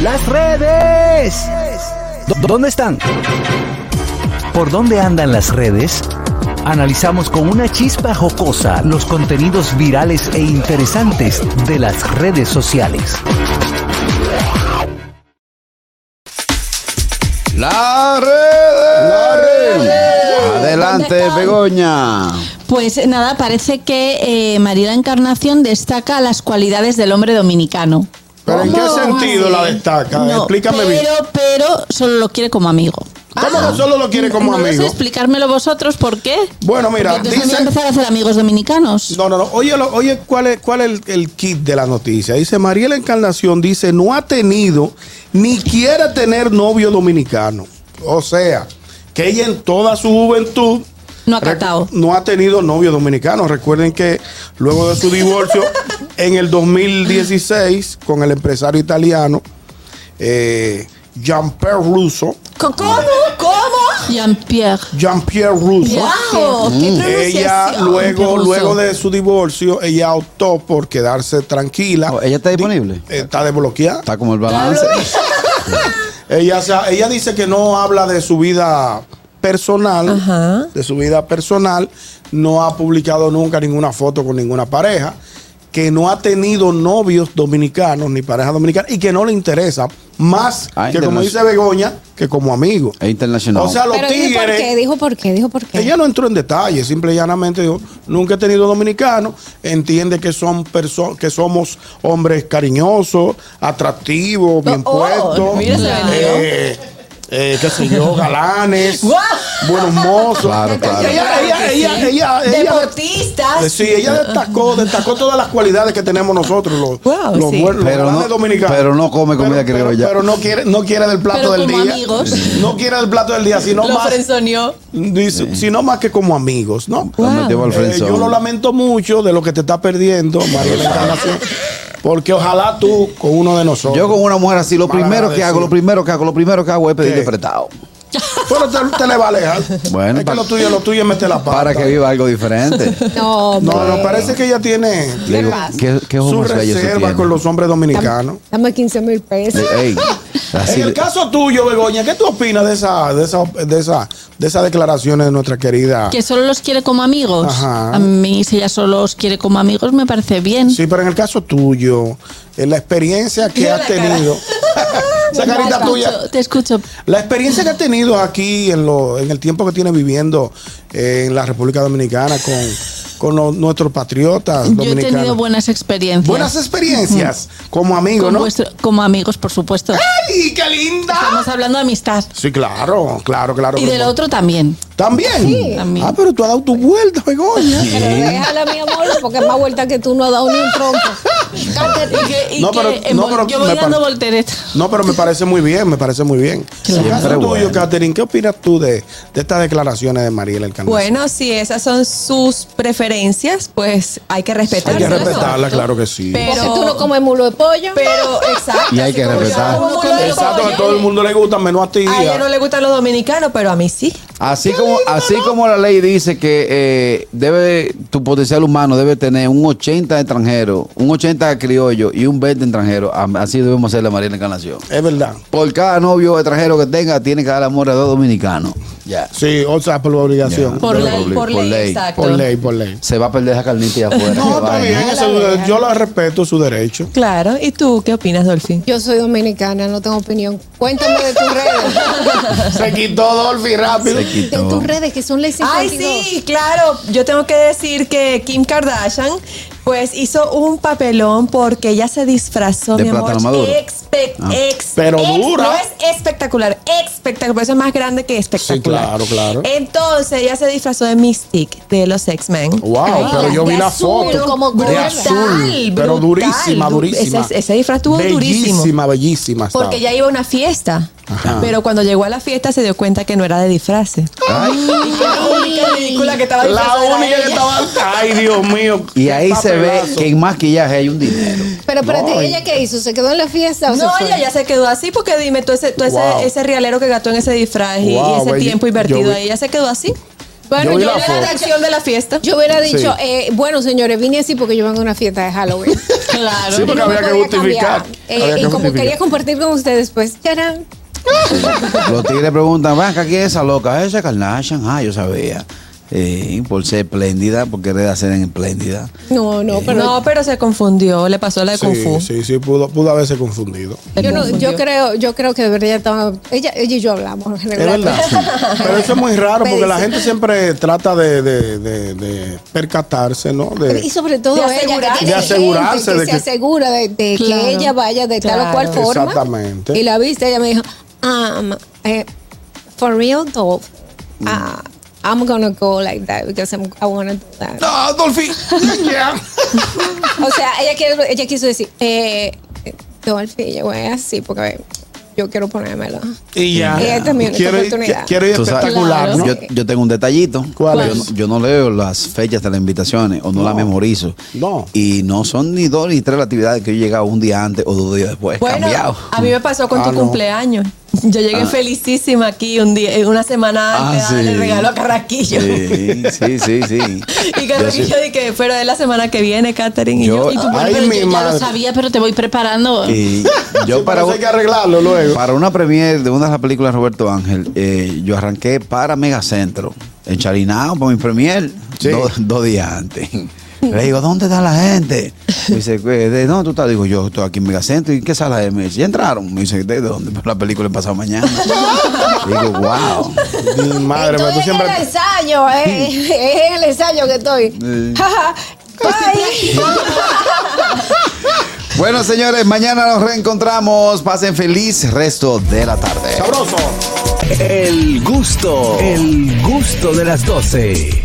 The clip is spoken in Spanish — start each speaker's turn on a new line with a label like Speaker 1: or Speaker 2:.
Speaker 1: Las redes. ¿Dónde están? ¿Por dónde andan las redes? Analizamos con una chispa jocosa los contenidos virales e interesantes de las redes sociales.
Speaker 2: La red. Adelante,
Speaker 3: ¿Dónde están?
Speaker 2: Begoña.
Speaker 3: Pues nada, parece que eh, María Encarnación destaca las cualidades del hombre dominicano.
Speaker 4: ¿Pero en qué sentido la destaca?
Speaker 3: No,
Speaker 4: Explícame bien.
Speaker 3: Pero, pero solo lo quiere como amigo.
Speaker 4: ¿Cómo que solo lo quiere como
Speaker 3: no lo sé
Speaker 4: amigo?
Speaker 3: explicármelo vosotros por qué.
Speaker 4: Bueno, mira,
Speaker 3: Porque entonces voy a
Speaker 4: dice-
Speaker 3: empezar a hacer amigos dominicanos.
Speaker 4: No, no, no. Oye, lo- oye ¿cuál es, cuál es el, el kit de la noticia? Dice, Mariela Encarnación dice, no ha tenido ni quiere tener novio dominicano. O sea, que ella en toda su juventud...
Speaker 3: No ha catado.
Speaker 4: rec- No ha tenido novio dominicano. Recuerden que luego de su divorcio, en el 2016, con el empresario italiano, eh, Jean-Pierre Russo,
Speaker 3: ¿Cómo? ¿Cómo? Jean-Pierre.
Speaker 4: Jean-Pierre Russo,
Speaker 3: ¡Wow! ¡Qué
Speaker 4: Mm. ella
Speaker 3: pronunciación!
Speaker 4: luego,
Speaker 3: Ruso.
Speaker 4: luego de su divorcio, ella optó por quedarse tranquila.
Speaker 2: Oh, ¿ella está disponible?
Speaker 4: Di- Está desbloqueada.
Speaker 2: Está como el balance.
Speaker 4: Ella, se- ella dice que no habla de su vida personal,
Speaker 5: Ajá.
Speaker 4: de su vida personal, no ha publicado nunca ninguna foto con ninguna pareja, que no ha tenido novios dominicanos ni pareja dominicana y que no le interesa más
Speaker 2: Ah,
Speaker 4: que como
Speaker 2: interna-
Speaker 4: dice Begoña, que como amigo.
Speaker 2: Es internacional.
Speaker 4: O sea, los
Speaker 6: Pero dijo por
Speaker 4: tigres
Speaker 6: qué, dijo por qué, dijo por qué.
Speaker 4: Ella no entró en detalle, simple y llanamente dijo, nunca he tenido dominicanos, entiende que son perso- que somos hombres cariñosos, atractivos, bien
Speaker 3: oh,
Speaker 4: puestos,
Speaker 3: mira, se vendió.
Speaker 4: eh, eh, qué sé yo, galanes, buenos mozos.
Speaker 2: Claro, claro.
Speaker 4: Ella, ella, ella, ella, ella-
Speaker 3: Deportistas.
Speaker 4: eh, sí, ella destacó, destacó todas las cualidades que tenemos nosotros, los,
Speaker 5: Wow,
Speaker 4: los
Speaker 5: sí.
Speaker 4: buen- los
Speaker 2: Pero
Speaker 4: galanes
Speaker 2: no-
Speaker 4: dominicanos.
Speaker 2: pero no come comida
Speaker 4: Pero-
Speaker 2: criolla.
Speaker 4: Pero, pero no quiere, no quiere del plato
Speaker 3: Pero
Speaker 4: del
Speaker 3: como
Speaker 4: día.
Speaker 3: amigos.
Speaker 4: No quiere del plato del día, sino
Speaker 5: Lo
Speaker 4: más.
Speaker 5: frenzoneó.
Speaker 4: Dice, sino más que como amigos, ¿no?
Speaker 2: Lo metió al
Speaker 4: Eh,
Speaker 2: friendzone.
Speaker 4: yo lo lamento mucho de lo que te está perdiendo, María la Encarnación, porque ojalá tú con uno de nosotros.
Speaker 2: Yo con una mujer así, lo primero que hago, lo primero que hago, lo primero que hago es pedirle
Speaker 4: ¿Qué?
Speaker 2: prestado.
Speaker 4: Pero te, te le va a alejar.
Speaker 2: Bueno,
Speaker 4: es que
Speaker 2: pa-
Speaker 4: lo tuyo, lo tuyo es meter la pata.
Speaker 2: Para que viva algo diferente.
Speaker 6: No,
Speaker 4: No,
Speaker 6: hombre.
Speaker 4: no, parece que ella tiene
Speaker 2: Le digo, ¿qué, qué ojos
Speaker 4: su
Speaker 2: más bellos tú
Speaker 4: reserva
Speaker 2: tienes?
Speaker 4: con los hombres dominicanos.
Speaker 6: Dame 15 mil pesos.
Speaker 2: Le- ey, así
Speaker 4: en el
Speaker 2: le-
Speaker 4: caso tuyo, Begoña, ¿qué tú opinas de esa, de esa, de esa, de esas declaraciones de nuestra querida?
Speaker 3: Que solo los quiere como amigos.
Speaker 4: Ajá.
Speaker 3: A mí, si ella solo los quiere como amigos, me parece bien.
Speaker 4: Sí, pero en el caso tuyo, en la experiencia que
Speaker 5: Mira
Speaker 4: has
Speaker 5: la cara.
Speaker 4: tenido, esa
Speaker 3: Te
Speaker 4: carita
Speaker 3: escucho,
Speaker 4: tuya,
Speaker 3: Te escucho.
Speaker 4: La experiencia que ha tenido aquí en, lo, en el tiempo que tiene viviendo eh, en la República Dominicana con, con los- nuestros patriotas
Speaker 3: Yo he
Speaker 4: dominicanos.
Speaker 3: tenido buenas experiencias.
Speaker 4: Buenas experiencias como amigo,
Speaker 3: Con
Speaker 4: ¿no? ¡Ah!
Speaker 3: vuestro- como amigos, por supuesto.
Speaker 4: ¡Ay, qué linda!
Speaker 3: Estamos hablando de amistad.
Speaker 4: Sí, claro, claro, claro.
Speaker 3: Y del
Speaker 4: Begoña.
Speaker 3: otro también.
Speaker 4: ¿También?
Speaker 3: También.
Speaker 4: Ah, pero tú has dado tu vuelta, Begoña.
Speaker 6: Pero déjala, mi amor, porque más vuelta que tú no has dado ni un tronco.
Speaker 3: Y que- y
Speaker 4: Ah. No,
Speaker 3: que
Speaker 4: pero-
Speaker 3: en
Speaker 4: no,
Speaker 3: vol-
Speaker 4: pero
Speaker 3: yo voy
Speaker 4: me
Speaker 3: dando
Speaker 4: pare-
Speaker 3: volteretas.
Speaker 4: No, pero me parece muy bien, me parece muy bien. En el caso
Speaker 2: Siempre
Speaker 4: tuyo,
Speaker 2: bueno.
Speaker 4: Catherine, ¿qué opinas tú de, de estas declaraciones de Mariela El
Speaker 5: Bueno, si esas son sus preferencias, pues hay que
Speaker 4: Hay que
Speaker 5: respetarlas. ¿no?
Speaker 4: respetarla, claro que sí.
Speaker 5: Pero-
Speaker 6: Porque tú no comes mulo de pollo.
Speaker 5: Pero, exacto.
Speaker 2: Y hay
Speaker 5: así
Speaker 2: que
Speaker 5: como yo
Speaker 2: respetar.
Speaker 5: como
Speaker 3: Uno
Speaker 5: lo
Speaker 3: con
Speaker 5: digo,
Speaker 4: Exacto, a todo el mundo le gusta, menos a ti.
Speaker 5: A ella no le gustan los dominicanos, pero a mí sí.
Speaker 2: Así como, así como la ley dice que eh, debe tu potencial humano debe tener un 80 extranjero, un 80 criollo y un 20 extranjero, am- así debemos hacer la Marina Encarnación.
Speaker 4: Es verdad.
Speaker 2: Por cada novio extranjero que tenga, tiene que dar amor a dos dominicanos. Ya.
Speaker 4: Sí, o sea, por obligación.
Speaker 3: Por
Speaker 2: Pero
Speaker 3: ley,
Speaker 5: por ley, exacto.
Speaker 4: Por ley, por ley.
Speaker 2: Se va a perder esa carnita ahí afuera.
Speaker 4: No,
Speaker 2: qué
Speaker 4: está
Speaker 2: vaina.
Speaker 4: bien, eso- yo la respeto su derecho.
Speaker 5: Claro. ¿Y tú qué opinas, Dolphin?
Speaker 6: Yo soy dominicana, no tengo opinión. Cuéntame de tus redes.
Speaker 4: Se quitó Dolphy rápido.
Speaker 2: Se
Speaker 6: De
Speaker 2: quitó.
Speaker 6: tus redes, que son las 52.
Speaker 5: Ay, sí, claro. Yo tengo que decir que Kim Kardashian, pues hizo un papelón porque ella se disfrazó,
Speaker 2: De
Speaker 5: mi amor.
Speaker 2: plátano maduro.
Speaker 5: Expec- ex-
Speaker 4: Ah, Pero
Speaker 5: ex-
Speaker 4: dura.
Speaker 5: No es espectacular, espectacular. Eso es más grande que espectacular.
Speaker 4: claro, claro.
Speaker 5: Entonces, ella se disfrazó de Mystic, de los X-Men. Ah,
Speaker 4: Wow,
Speaker 6: Ay,
Speaker 4: pero yo
Speaker 6: de
Speaker 4: vi la
Speaker 6: azul,
Speaker 4: foto.
Speaker 6: como
Speaker 4: de
Speaker 6: brutal,
Speaker 4: azul. Pero
Speaker 5: brutal.
Speaker 4: durísima,
Speaker 5: Du-
Speaker 4: durísima.
Speaker 5: ese- ese disfraz estuvo
Speaker 4: Bellísima,
Speaker 5: durísimo.
Speaker 4: bellísima. estaba.
Speaker 5: Porque ella iba a una fiesta.
Speaker 4: Ajá.
Speaker 5: Pero cuando llegó a la fiesta se dio cuenta que no era de disfraces.
Speaker 2: Ay,
Speaker 5: película que estaba
Speaker 4: La única que estaba. Ay, Dios mío.
Speaker 2: y ahí se ve
Speaker 4: Papelazo.
Speaker 2: que en maquillaje hay un dinero.
Speaker 6: Pero espérate,
Speaker 4: No,
Speaker 6: ¿ella qué hizo? ¿Se quedó en la fiesta o se
Speaker 5: No,
Speaker 6: fue?
Speaker 5: ella ya se quedó así porque dime, todo ese, todo ese-
Speaker 4: Wow.
Speaker 5: ese, realero que gastó en ese disfraz y-
Speaker 4: Wow,
Speaker 5: y ese
Speaker 4: güey,
Speaker 5: tiempo
Speaker 4: yo vi-
Speaker 5: invertido ahí, ella se quedó así.
Speaker 6: Bueno,
Speaker 4: Yo vi
Speaker 6: yo
Speaker 4: la
Speaker 6: era
Speaker 4: foto.
Speaker 6: de
Speaker 5: La acción de la fiesta.
Speaker 6: Yo hubiera dicho,
Speaker 4: Sí.
Speaker 6: eh, bueno, señores, vine así porque yo vengo a una fiesta de Halloween.
Speaker 3: Claro.
Speaker 4: Sí, porque
Speaker 6: No me
Speaker 4: había que
Speaker 6: podía
Speaker 4: justificar.
Speaker 6: cambiar. Eh,
Speaker 4: Había
Speaker 6: y
Speaker 4: que
Speaker 6: como
Speaker 4: justificar.
Speaker 6: quería compartir con ustedes, pues, charán.
Speaker 2: Los tigres preguntan, vaca, ¿quién es esa loca? Esa Kardashian, ah, yo sabía. Eh, por ser espléndida, porque debe de ser espléndida.
Speaker 6: No, no, pero
Speaker 5: no, pero se confundió, le pasó la de Kung Fu.
Speaker 4: Sí, sí, sí, pudo, pudo haberse confundido.
Speaker 5: Se
Speaker 6: yo, no, yo
Speaker 5: confundió.
Speaker 6: creo, yo creo que de verdad ya estaban- ella, ella y yo hablamos.
Speaker 4: Es verdad. Pero eso es muy raro
Speaker 6: Me
Speaker 4: porque la
Speaker 6: dice-
Speaker 4: gente siempre trata de, de- de- de percatarse, ¿no? De-
Speaker 6: Y sobre todo
Speaker 5: De
Speaker 6: ella, que
Speaker 5: asegurarse.
Speaker 6: tiene
Speaker 4: De asegurarse
Speaker 6: gente que
Speaker 4: de
Speaker 6: se
Speaker 4: que-
Speaker 6: asegura de, de
Speaker 3: Claro.
Speaker 6: que ella vaya de tal o cual
Speaker 5: Claro.
Speaker 6: forma.
Speaker 4: Exactamente.
Speaker 6: Y la viste, ella me dijo, um, eh, for real though,
Speaker 4: Mm.
Speaker 6: ah, I'm gonna go like that because I'm, I wanna do that.
Speaker 4: ¡Ah, Dolphy! Yeah.
Speaker 6: O sea, ella, quiere- ella quiso decir, eh, todo el yo voy así porque yo quiero ponérmelo.
Speaker 4: Y ya.
Speaker 6: Y esta es mi única
Speaker 4: Quiero ir-
Speaker 6: oportunidad.
Speaker 4: quiero ir
Speaker 2: Tú sabes-
Speaker 4: espectacular,
Speaker 3: Claro.
Speaker 4: ¿no?
Speaker 2: Yo, yo tengo un detallito.
Speaker 4: ¿Cuál
Speaker 2: Yo,
Speaker 4: es?
Speaker 2: no- yo no leo las fechas de las invitaciones o no,
Speaker 4: No.
Speaker 2: las memorizo.
Speaker 4: No.
Speaker 2: Y no son ni dos ni tres las actividades que yo he llegado un día antes o dos días después.
Speaker 5: Bueno,
Speaker 2: cambiado.
Speaker 5: a mí me pasó con
Speaker 4: Ah,
Speaker 5: tu
Speaker 4: no. Ah.
Speaker 5: cumpleaños. Yo llegué felicísima aquí un día, eh, una semana antes a darle
Speaker 2: sí.
Speaker 5: regalo a Carraquillo.
Speaker 2: Sí, sí, sí, sí. Yo
Speaker 5: Y
Speaker 2: sí-
Speaker 5: Carraquillo dije, pero es la semana que viene, Catherine. Y
Speaker 2: Yo-
Speaker 5: yo,
Speaker 3: Y tú, bueno,
Speaker 4: Ay,
Speaker 3: pero
Speaker 4: mi
Speaker 3: yo ya
Speaker 4: madre.
Speaker 3: lo sabía, pero te voy preparando.
Speaker 2: y
Speaker 4: Yo
Speaker 2: yo para,
Speaker 4: hay que arreglarlo luego.
Speaker 2: para una premiere de una de las películas de Roberto Ángel, eh, yo arranqué para Megacentro, en Charinao, para mi premier,
Speaker 4: Sí.
Speaker 2: dos, dos días antes. Le digo, ¿dónde está la gente? Me dice, "Eh, ¿de dónde tú estás? Digo, yo estoy aquí en Megacentro. ¿Y qué sala es? Me dice, ¿ya entraron? Me dice, ¿de dónde? Pero la película es pasado mañana. digo, wow.
Speaker 4: Mi madre, pero tú
Speaker 6: estoy en
Speaker 4: siempre.
Speaker 6: el ensayo, eh, es en el ensayo que estoy. Bye.
Speaker 2: Bueno, señores, mañana nos reencontramos. Pasen feliz resto de la tarde.
Speaker 4: ¡Sabroso!
Speaker 1: El gusto, el gusto de las 12.